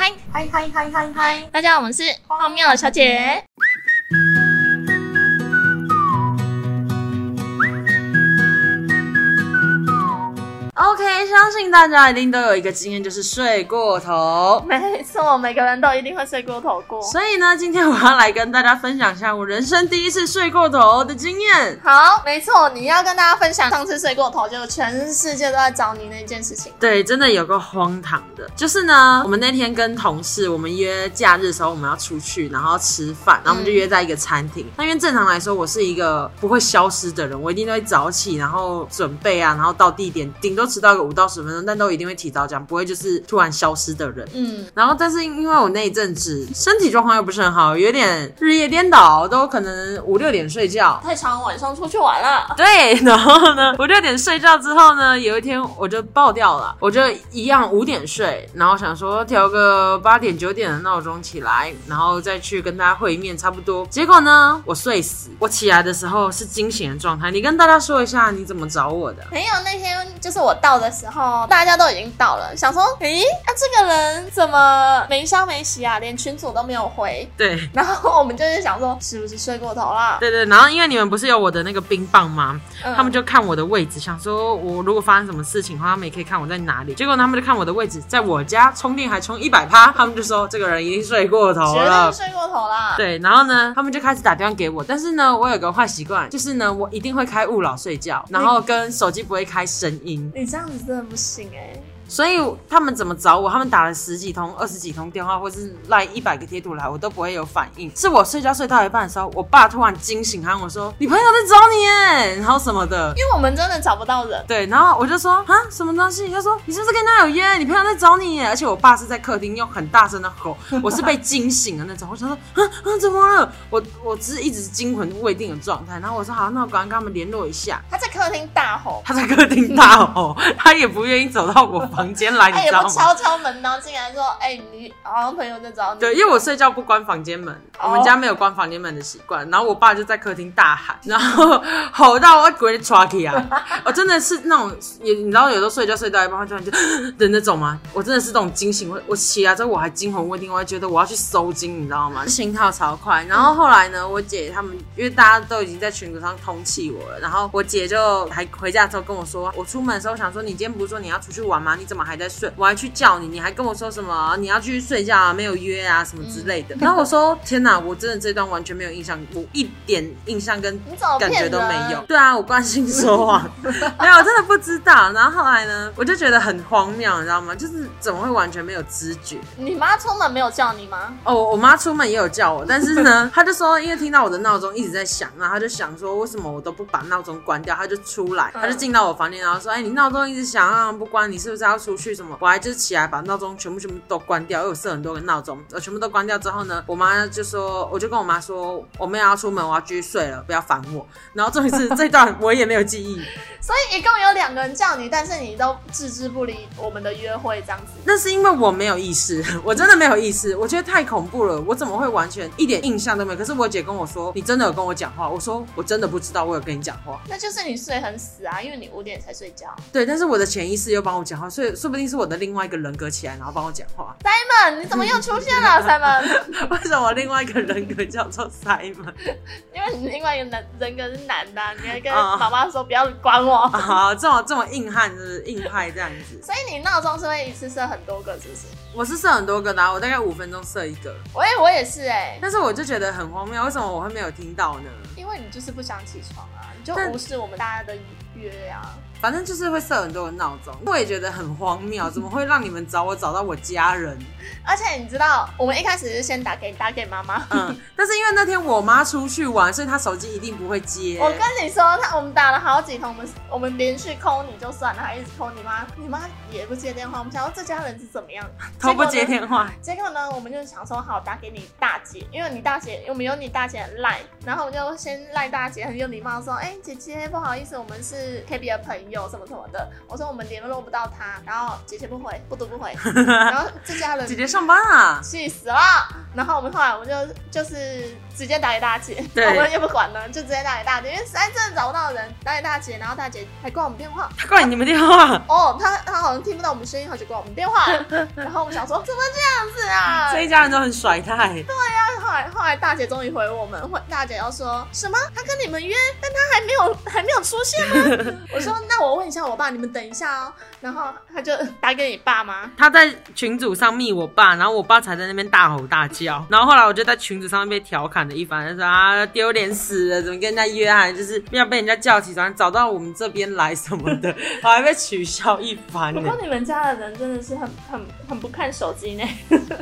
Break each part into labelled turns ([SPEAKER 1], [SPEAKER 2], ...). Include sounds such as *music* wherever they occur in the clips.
[SPEAKER 1] 嗨嗨嗨嗨嗨！
[SPEAKER 2] 大家好，我们是荒谬小姐。
[SPEAKER 1] OK，相信大家一定都有一个经验，就是睡过头。
[SPEAKER 2] 没错，每个人都一定会睡过头过。
[SPEAKER 1] 所以呢，今天我要来跟大家分享一下我人生第一次睡过头的经验。
[SPEAKER 2] 好，没错，你要跟大家分享上次睡过头，就全世界都在找你那件事情。
[SPEAKER 1] 对，真的有个荒唐的，就是呢，我们那天跟同事，我们约假日的时候，我们要出去，然后吃饭，然后我们就约在一个餐厅。那、因为正常来说，我是一个不会消失的人，我一定都会早起，然后准备啊，然后到地点，顶多迟到个五到十分钟，但都一定会提早讲，不会就是突然消失的人。
[SPEAKER 2] 嗯，
[SPEAKER 1] 然后，但是因为我那一阵子身体状况又不是很好，有点日夜颠倒，都可能五六点睡觉，
[SPEAKER 2] 太常晚上出去玩了。
[SPEAKER 1] 对，然后呢，我六点睡觉之后呢，有一天我就爆掉了，我就一样五点睡，然后想说调个八点九点的闹钟起来，然后再去跟大家会面，差不多。结果呢，我睡死，我起来的时候是惊醒的状态。你跟大家说一下你怎么找我的？
[SPEAKER 2] 没有，那天就是我到的时候，大家都已经到了，想说，诶，那、这个人怎么没消没息啊？连群主都没有回。
[SPEAKER 1] 对。
[SPEAKER 2] 然后我们就是想说，是不是睡过头啦？
[SPEAKER 1] 对对，然后因为你们不是有我的那个冰棒吗？
[SPEAKER 2] 嗯
[SPEAKER 1] 他们就看我的位置，想说我如果发生什么事情的话，他们也可以看我在哪里。结果呢他们就看我的位置，在我家充电还充一百趴，他们就说这个人一定睡过头
[SPEAKER 2] 绝
[SPEAKER 1] 了
[SPEAKER 2] 对。睡过头啦。
[SPEAKER 1] 对，然后呢，他们就开始打电话给我，但是呢，我有个坏习惯，就是呢，我一定会开勿扰睡觉，然后跟手机不会开声音，
[SPEAKER 2] 你这样子真的不行哎、
[SPEAKER 1] 所以他们怎么找我，他们打了十几通、二十几通电话，或是赖一百个贴图来，我都不会有反应。是我睡觉睡到一半的时候，我爸突然惊醒，喊我说：“你朋友在找你耶！”然后什么的。
[SPEAKER 2] 因为我们真的找不到人。
[SPEAKER 1] 对，然后我就说啊，什么东西？他说你是不是跟他有约？你朋友在找你耶！而且我爸是在客厅用很大声的
[SPEAKER 2] *laughs*
[SPEAKER 1] 吼，我是被惊醒的那种。我想说啊啊，怎么了？我我只是一直惊魂未定的状态。然后我说好，那我赶快跟他们联络一下。
[SPEAKER 2] 他在客厅大吼，
[SPEAKER 1] 他在客厅大
[SPEAKER 2] *laughs*
[SPEAKER 1] 吼，他也不愿意走到我房间来，
[SPEAKER 2] 他
[SPEAKER 1] 你
[SPEAKER 2] 哎也
[SPEAKER 1] 知道
[SPEAKER 2] 不
[SPEAKER 1] 吗？
[SPEAKER 2] 敲敲门，然后进来说：“哎、你好像朋友在找你。”
[SPEAKER 1] 对，因为我睡觉不关房间门，我们
[SPEAKER 2] 哦
[SPEAKER 1] 家没有关房间门的习惯。然后我爸就在客厅大喊，然后吼到我鬼抓起啊！我真的是那种，也你知道，有时候睡觉睡到一半，会突然就的那种吗？我真的是这种惊醒，我我起来之后我还惊魂未定，我还觉得我要去收惊，你知道吗？心跳超快。然后后来呢，我姐他们因为大家都已经在群组上通气我了，然后我姐就还回家的时候跟我说，我出门的时候想说，你今天不是说你要出去玩吗？你怎么还在睡？我还去叫你，你还跟我说什么你要去睡觉啊，没有约啊什么之类的。然后我说，天哪，我真的这段完全没有印象，我一点印象跟
[SPEAKER 2] 你怎么
[SPEAKER 1] 感觉
[SPEAKER 2] 骗
[SPEAKER 1] 都没
[SPEAKER 2] 人
[SPEAKER 1] 有。对啊，我惯性说谎，没有，我真的不知道。然后后来呢，我就觉得很荒谬，你知道吗？就是怎么会完全没有知觉？
[SPEAKER 2] 你妈出门没有叫你吗？
[SPEAKER 1] 哦，我妈出门也有叫我，但是呢，她就说，因为听到我的闹钟一直在响，然后她就想说，为什么我都不把闹钟关掉？她就出来，她就进到我房间，然后说，哎、你闹钟一直响啊，不关，你是不是要出去什么？我还就是起来把闹钟全部全部都关掉，因为我设很多个闹钟，我全部都关掉之后呢，我妈就说，我就跟我妈说，我没有要出门，我要继续睡了，不要烦我。然后重点是这段我也没有记忆，
[SPEAKER 2] 所以哎一共有两个人叫你，但是你都置之不理我们的约会这样子。
[SPEAKER 1] 那是因为我没有意识，我真的没有意识，我觉得太恐怖了，我怎么会完全一点印象都没有？可是我姐跟我说，你真的有跟我讲话，我说我真的不知道我有跟你讲话，
[SPEAKER 2] 那就是你睡很死啊，因为你五点才睡觉。
[SPEAKER 1] 对，但是我的潜意识又帮我讲话，所以说不定是我的另外一个人格起来，然后帮我讲话。
[SPEAKER 2] Simon，你怎么又出现了
[SPEAKER 1] 嗯
[SPEAKER 2] ，Simon？
[SPEAKER 1] 为什么另外一个人格叫做 Simon？
[SPEAKER 2] 因为你另外一个男人格是男的啊、你还跟
[SPEAKER 1] 哦
[SPEAKER 2] 妈妈说不要管我。
[SPEAKER 1] 啊，这么这么硬汉，就是硬派这样子。
[SPEAKER 2] 所以你闹钟是会一次设很多个，是不是？
[SPEAKER 1] 我是设很多个的啊、我大概五分钟设一个，
[SPEAKER 2] 我也我也是哎、
[SPEAKER 1] 但是我就觉得很荒谬，为什么我会没有听到呢？
[SPEAKER 2] 因为你就是不想起床啊，你就
[SPEAKER 1] 但
[SPEAKER 2] 无视我们大家的约啊。
[SPEAKER 1] 反正就是会设很多的闹钟，我也觉得很荒谬，怎么会让你们找我找到我家人？
[SPEAKER 2] 而且你知道，我们一开始是先打给打给妈妈。
[SPEAKER 1] 嗯，但是因为那天我妈出去玩，所以她手机一定不会接。
[SPEAKER 2] 我跟你说，他我们打了好几通，我们我们连续 call 你就算了，还一直 call 你妈，你妈也不接电话。我们想说这家人是怎么样，
[SPEAKER 1] 都不接
[SPEAKER 2] 结果呢
[SPEAKER 1] 电话，
[SPEAKER 2] 结果呢，我们就想说好打给你大姐，因为你大姐，我们有你大姐很赖，然后我们就先赖大姐，很有礼貌地说，哎、姐姐不好意思，我们是 K B 的朋友什么什么的，我说我们联络不到她，然后姐姐不回，不读不回，然后这家人
[SPEAKER 1] 姐姐上班啊。
[SPEAKER 2] 气死了！然后我们后来我们就就是直接打给大姐，
[SPEAKER 1] 对
[SPEAKER 2] 我们也不管了，就直接打给大姐，因哎为实在真的找不到人，打给大姐，然后大姐还挂我们电话。
[SPEAKER 1] 她挂你们电话，
[SPEAKER 2] 哦，她她好像听不到我们声音，她就挂我们电话。然后我们想说怎么这样子啊？
[SPEAKER 1] 这一家人都很甩他、欸，
[SPEAKER 2] 后来后来大姐终于回我们，会大姐要说什么？她跟你们约，但她还没有还没有出现吗？我说那我问一下我爸，你们等一下哦。然后她就打给你爸吗？
[SPEAKER 1] 他在群组上密我爸，然后我爸才在那边大吼大叫，然后后来我就在群组上面被调侃了一番，就说啊丢脸死了，怎么跟人家约啊，就是要被人家叫起床，找到我们这边来什么的，我还被取笑一番
[SPEAKER 2] 不
[SPEAKER 1] 呢、
[SPEAKER 2] 过你们家的人真的是很很很不看手机呢。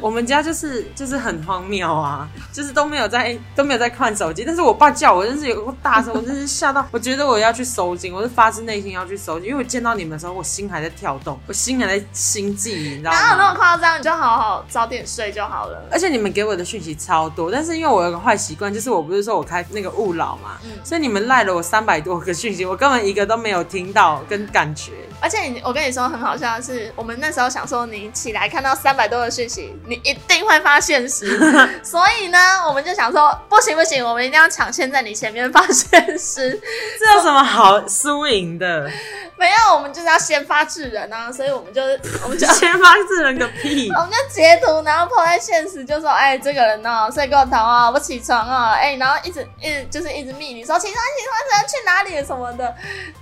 [SPEAKER 1] 我们家就是就是很荒谬啊，就是都没有在都没有在看手机，但是我爸叫我，真是有个大声，我真是吓到， *laughs* 我觉得我要去收金，我是发自内心要去收金，因为我见到你们的时候，我心还在跳动，我心还在心悸，你知道
[SPEAKER 2] 哪有那
[SPEAKER 1] 吗 *laughs*
[SPEAKER 2] 么？夸张？你就好好早点睡就好了。
[SPEAKER 1] 而且你们给我的讯息超多，但是因为我有个坏习惯，就是我不是说我开那个勿扰嘛，
[SPEAKER 2] 嗯
[SPEAKER 1] 所以你们赖了我三百多个讯息，我根本一个都没有听到跟感觉。
[SPEAKER 2] 而且你，我跟你说很好笑的是，我们那时候想说，你起来看到三百多的讯息，你一定会发现实。所以呢，我们就想说，不行不行，我们一定要抢先在你前面发现实。
[SPEAKER 1] *laughs* 这有什么好输赢 *laughs* 的？
[SPEAKER 2] 没有，我们就是要先发制人啊，所以我们就我们就。！
[SPEAKER 1] 先发制人个屁
[SPEAKER 2] 我们就截图，然后 po 在现实，就说：“哎、这个人哦，睡过头哦，不起床哦，哎、然后一直一直就是一直密你说起床起床，人去哪里什么的。”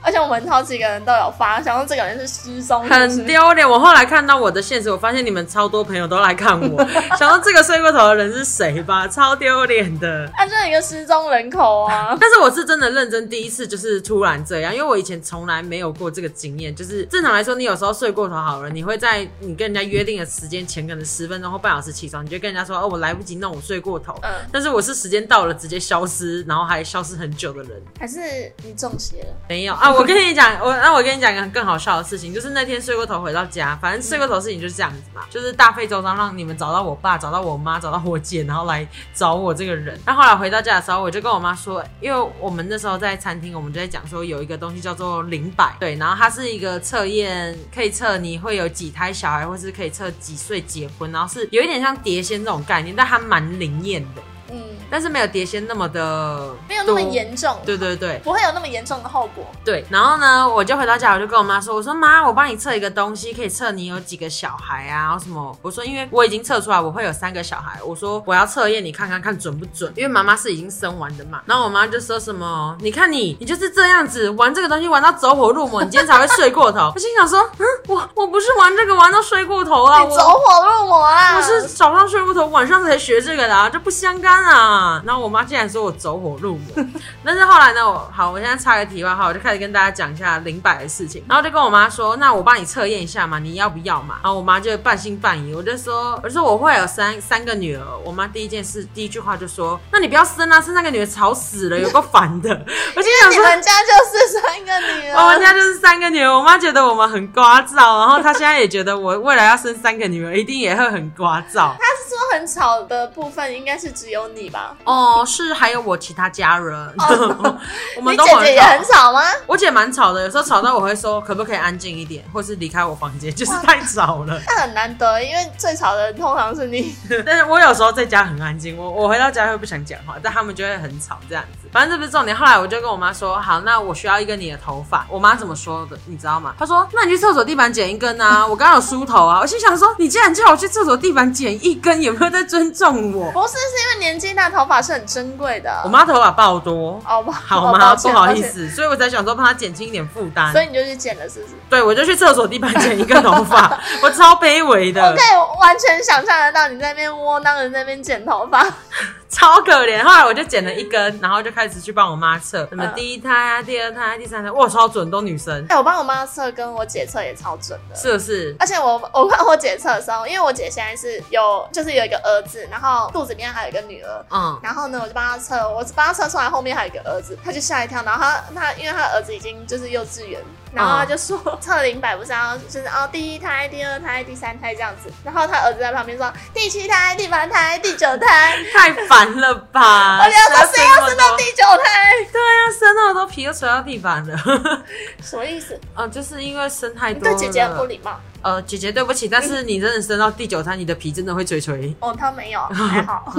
[SPEAKER 2] 而且我们好几个人都有发，想说这个人是失踪，是不是
[SPEAKER 1] 很丢脸。我后来看到我的现实，我发现你们超多朋友都来看我，想说这个睡过头的人是谁吧，超丢脸的。。
[SPEAKER 2] 他就是一个失踪人口啊
[SPEAKER 1] 但是我是真的认真第一次就是突然这样，因为我以前从来没有过这个经验。就是正常来说，你有时候睡过头好了，你会在你跟人家约定的时间前，可能十分钟或半小时起床，你就跟人家说哦，我来不及弄，我睡过头。
[SPEAKER 2] 嗯
[SPEAKER 1] 但是我是时间到了直接消失，然后还消失很久的人。
[SPEAKER 2] 还是你中邪了？
[SPEAKER 1] 没有啊，我跟你讲，我那我跟你讲一个更好笑的事情，就是那天睡过头回到家，反正睡过头的事情就是这样子嘛，就是大费周章让你们找到我爸、找到我妈、找到我姐，然后来找我这个人。那后来回到家的时候，我就跟我妈说，因为我们那时候在餐厅，我们就在讲说有一个东西叫做灵摆，对，然后它是一个测验，可以测你会有几胎小孩，或是可以测几岁结婚，然后是有一点像碟仙这种概念，但它蛮灵验的，
[SPEAKER 2] 嗯，
[SPEAKER 1] 但是没有碟仙那么的
[SPEAKER 2] 没有那么
[SPEAKER 1] 多，
[SPEAKER 2] 严重，
[SPEAKER 1] 对对对。
[SPEAKER 2] 不会有那么严重的后果。
[SPEAKER 1] 对，然后呢，我就回到家，我就跟我妈说，我说妈，我帮你测一个东西，可以测你有几个小孩啊，然后什么？我说因为我已经测出来我会有三个小孩，我说我要测验你看看看准不准，因为妈妈是已经生完的嘛。然后我妈就说什么，你看你，你就是这样子玩这个东西玩到走火入魔，你今天才会睡过头。我心想说，嗯，我我不是玩这个玩到睡过头啊，
[SPEAKER 2] 你
[SPEAKER 1] 我
[SPEAKER 2] 走火入魔啊！
[SPEAKER 1] 我是早上睡过头，晚上才学这个的、啊，这不相干啊。然后我妈竟然说我走火入
[SPEAKER 2] *laughs*
[SPEAKER 1] 魔，但是后来呢，我好，我现在插个题外话，我就开始跟大家讲一下灵摆的事情，然后就跟我妈说，那我帮你测验一下嘛，你要不要嘛？然后我妈就半信半疑，我就说，我就说我会有三三个女儿，我妈第一件事第一句话就说，那你不要生啊，生三个女儿吵死了，有够烦
[SPEAKER 2] *laughs*
[SPEAKER 1] 的。我心想
[SPEAKER 2] 你
[SPEAKER 1] 说。
[SPEAKER 2] 们家就是三个女
[SPEAKER 1] 我们
[SPEAKER 2] 儿，
[SPEAKER 1] 家就是三个女儿，我妈觉得我们很聒噪，然后她现在也觉得我未来要生三个女儿，一定也会很聒噪。
[SPEAKER 2] 他是说很吵的部分应该是只有你吧？
[SPEAKER 1] 哦，是还有我其他家人， *laughs* 我们
[SPEAKER 2] 哦你
[SPEAKER 1] 都
[SPEAKER 2] 姐姐也很
[SPEAKER 1] 吵。
[SPEAKER 2] 吵吗？
[SPEAKER 1] 我姐蛮吵的，有时候吵到我会说可不可以安静一点，或是离开我房间，就是太
[SPEAKER 2] *laughs*
[SPEAKER 1] 吵了。
[SPEAKER 2] 那很难得，因为最吵的通常是
[SPEAKER 1] *laughs*
[SPEAKER 2] 你。
[SPEAKER 1] 但是我有时候在家很安静，我我回到家会不想讲话，但他们就会很吵这样子。反正这不是重点。后来我就跟我妈说，好，那我需要一根你的头发。我妈怎么说的，你知道吗？她说，那你去厕所地板剪一根啊，我刚刚有梳头啊。我心想说，你竟然叫我去厕所地板剪一根，有没有在尊重我？
[SPEAKER 2] 不是，是因为年纪大，头发是很珍贵的。
[SPEAKER 1] 我妈头发爆多，
[SPEAKER 2] 哦，不
[SPEAKER 1] 好
[SPEAKER 2] 哦
[SPEAKER 1] 吗？
[SPEAKER 2] 抱
[SPEAKER 1] 不
[SPEAKER 2] 歉
[SPEAKER 1] 好意
[SPEAKER 2] 抱歉
[SPEAKER 1] 思，所以我才想说帮他减轻一点负担
[SPEAKER 2] 所。以你就去剪了，是不是？
[SPEAKER 1] 对，我就去厕所地板剪一个
[SPEAKER 2] *laughs*
[SPEAKER 1] 头发，我超卑微
[SPEAKER 2] 我
[SPEAKER 1] 的
[SPEAKER 2] 可，以完全想象得到你在那边窝囊的在那边剪头
[SPEAKER 1] *laughs*
[SPEAKER 2] 发。
[SPEAKER 1] 超可怜。后来我就剪了一根，然后就开始去帮我妈测，什么
[SPEAKER 2] 嗯
[SPEAKER 1] 第一胎啊、第二胎、第三胎，哇，超准，都女生，
[SPEAKER 2] 哎、我帮我妈测跟我姐测也超准的。
[SPEAKER 1] 是不是？
[SPEAKER 2] 而且我我帮我姐测的时候，因为我姐现在是有就是有一个儿子，然后肚子里面还有一个女儿。
[SPEAKER 1] 嗯，
[SPEAKER 2] 然后呢，我就帮她测，我帮她测出来后面还有一个儿子，她就吓一跳。然后她她因为她儿子已经就是幼稚园，然后她就说、
[SPEAKER 1] 嗯
[SPEAKER 2] 测零百不是要就是哦第一胎、第二胎、第三胎这样子。然后她儿子在旁边说第七胎、第八胎、第九胎，
[SPEAKER 1] *laughs* 太烦了吧！
[SPEAKER 2] *laughs* 我就要说谁要
[SPEAKER 1] 生
[SPEAKER 2] 生到第九胎？
[SPEAKER 1] 对啊，生那么多皮都垂到地板了。 *laughs*
[SPEAKER 2] 什么意思？
[SPEAKER 1] 嗯，就是因为生太
[SPEAKER 2] 你
[SPEAKER 1] 多了。
[SPEAKER 2] 对姐姐很不礼貌。
[SPEAKER 1] 呃，姐姐对不起，但是你真的生到第九胎，你的皮真的会垂垂。
[SPEAKER 2] 哦，他没
[SPEAKER 1] *laughs*
[SPEAKER 2] 有，还好。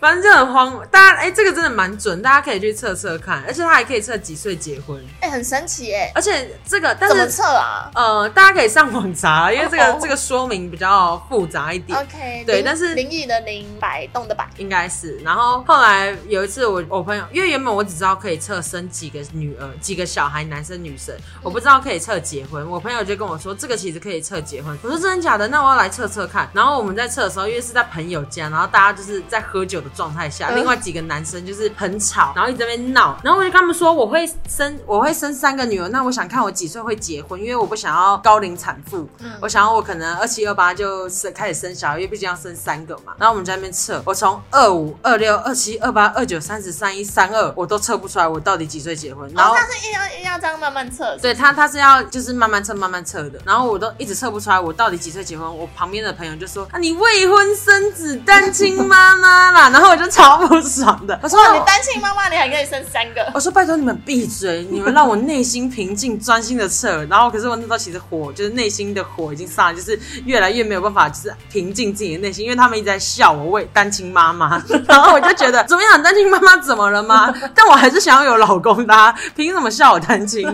[SPEAKER 1] 反正就很慌，大家哎、这个真的蛮准，大家可以去测测看，而且他还可以测几岁结婚，
[SPEAKER 2] 哎、很神奇哎、
[SPEAKER 1] 而且这个但
[SPEAKER 2] 怎么
[SPEAKER 1] 是
[SPEAKER 2] 测啊
[SPEAKER 1] 呃，大家可以上网查，因为这个、
[SPEAKER 2] 哦
[SPEAKER 1] 这个说明比较复杂一点。
[SPEAKER 2] ？OK，
[SPEAKER 1] 对
[SPEAKER 2] 灵
[SPEAKER 1] 但是
[SPEAKER 2] 灵异的灵，摆动的摆，
[SPEAKER 1] 应该是，然后后来有一次我我朋友，因为原本我只知道可以测生几个女儿、几个小孩，男生女生，我不知道可以测结婚。我朋友就跟我说，这个其实可以测结婚。我说真的假的？那我要来测测看。然后我们在测的时候，因为是在朋友家，然后大家就是在喝酒的状态下，
[SPEAKER 2] 嗯
[SPEAKER 1] 另外几个男生就是很吵，然后一直在那边闹。然后我就跟他们说，我会生我会生三个女儿，那我想看我几岁会结婚，因为我不想要高龄产妇。
[SPEAKER 2] 嗯
[SPEAKER 1] 我想要我可能二七二八就生开始生小孩，因为毕竟要生三个嘛。然后我们在那边测，我从二五、二六、二七、二八、二九、三十、三一、三二，我都测不出来我到底几岁结婚。然后。
[SPEAKER 2] 哦，那是一要一要这样慢慢测，
[SPEAKER 1] 对他，他是要就是慢慢测、慢慢测的，然后我都一直测不出来我到底几岁结婚。我旁边的朋友就说：“啊，你未婚生子，单亲妈妈啦。”然后我就超不爽的，我说
[SPEAKER 2] 哇，你单亲妈妈，你还可以生三个，
[SPEAKER 1] 我说拜托你们闭嘴，你们让我内心平静，专心的测。然后可是我那时候其实火，就是内心的火已经上来，就是越来越没有办法，就是平静自己的内心，因为他们一直在笑我为单亲妈妈， *laughs* 然后我就觉得怎么样，单亲妈妈怎么了吗？但我还是想要有老公的、啊，凭什么笑我单亲？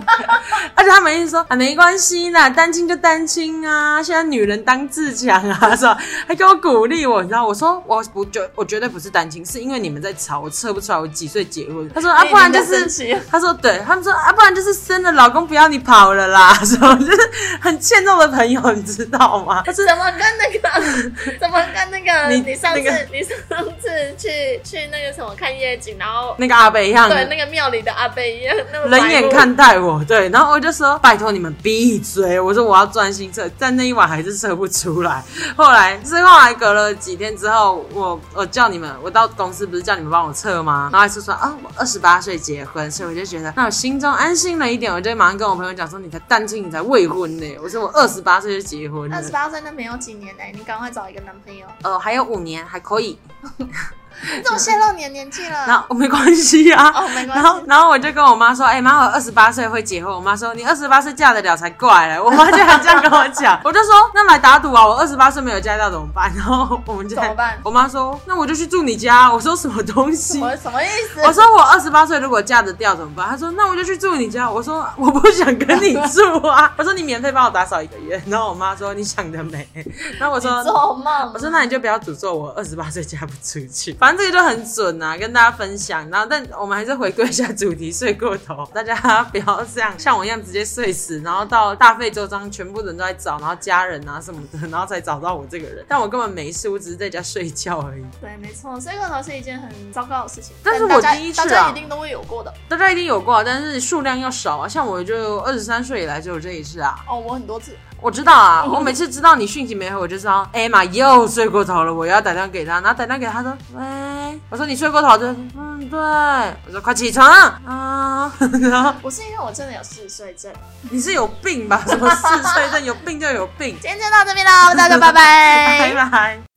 [SPEAKER 1] 而且他们一直说啊没关系啦，单亲就单亲啊，现在女人当自强啊， *laughs* 是吧？还给我鼓励我，你知道？我说我不绝，我绝对不是单亲，是因为你们在吵，我测不出来我几岁结婚。他说啊，不然就
[SPEAKER 2] 哎你
[SPEAKER 1] 是
[SPEAKER 2] 很神
[SPEAKER 1] *laughs*
[SPEAKER 2] 奇
[SPEAKER 1] 他说对，他们说啊，不然就是生了老公不要你跑了啦，什么就是很欠揍的朋友，你知道吗？他是
[SPEAKER 2] 怎么跟那
[SPEAKER 1] *laughs*
[SPEAKER 2] 个怎么跟那个
[SPEAKER 1] 你
[SPEAKER 2] 你上次、
[SPEAKER 1] 那个
[SPEAKER 2] 你上次去去那个什么看夜景，然后
[SPEAKER 1] 那个阿北一样，
[SPEAKER 2] 对那个庙里的阿贝一样，那么白目
[SPEAKER 1] 冷眼看待我，对，然后我就说拜托你们闭嘴，我说我要专心测，但那一晚还是测不出来。后来是后来隔了几天之后，我我叫你们，我到公司不是叫你们帮我测吗？然后还是说啊，我二十八岁结婚，所以我就觉得那我心中安心了一点，我就马上跟我朋友讲说，你才单亲，你才未婚呢、我说我二十八岁就结婚了
[SPEAKER 2] 二十，八岁那没有几年哎、你赶快找一个男朋
[SPEAKER 1] *laughs*
[SPEAKER 2] 友，
[SPEAKER 1] 呃，还有五年还可以，
[SPEAKER 2] 你怎么泄露你的年纪
[SPEAKER 1] 那
[SPEAKER 2] 了？
[SPEAKER 1] 我、哦没关系啊。
[SPEAKER 2] 哦，没
[SPEAKER 1] 然后
[SPEAKER 2] 关，系。
[SPEAKER 1] 然后我就跟我妈说：“哎、妈，我二十八岁会结婚。”我妈说：“你二十八岁嫁得了才怪啊嘞！”我妈竟然这样跟我
[SPEAKER 2] *laughs*
[SPEAKER 1] 讲，我就说：“那来打赌啊，我二十八岁没有嫁到怎么办？”然后我们就在
[SPEAKER 2] 怎么办
[SPEAKER 1] 我妈说：“那我就去住你家。”我说：“什么东
[SPEAKER 2] 什
[SPEAKER 1] 西？”
[SPEAKER 2] 么什么意思？
[SPEAKER 1] 我说我二十八岁如果嫁得掉怎么办？她说那我就去住你家。我说我不想跟你
[SPEAKER 2] *laughs*
[SPEAKER 1] 住啊。我说你免费帮我打扫一个月。然后我妈说你想得美。然后我说
[SPEAKER 2] 做梦。
[SPEAKER 1] 我说那你就不要诅咒我二十八岁嫁不出去，反正这个就很准啊，跟大家分享。然后但我们还是回归一下主题，睡过头，大家不要这样像我一样直接睡死，然后到大费周章，全部人都在找，然后家人啊什么的，然后才找到我这个人。但我根本没事，我只是在家睡觉而已。
[SPEAKER 2] 对，没错，睡过头是一件很糟糕的事情，
[SPEAKER 1] 但是
[SPEAKER 2] 大
[SPEAKER 1] 我
[SPEAKER 2] 家
[SPEAKER 1] 第一次
[SPEAKER 2] 大家
[SPEAKER 1] 啊
[SPEAKER 2] 一定都会有过的。
[SPEAKER 1] 大家一定有过啊，但是数量要少啊。像我就二十三岁以来就有这一次啊。
[SPEAKER 2] 哦，我很多次，
[SPEAKER 1] 我知道啊，我每次知道你讯息没回，我就知道艾玛又睡过头了，我要打电话给他，然后打电话给他说，喂，我说你睡过头，就嗯对，我说快起床啊， *laughs* 然后
[SPEAKER 2] 我是因为我真的有嗜睡症。
[SPEAKER 1] 你是有病吧？什么嗜睡症？有病就有病，
[SPEAKER 2] *laughs* 今天就到这边喽，大家拜拜
[SPEAKER 1] 拜拜。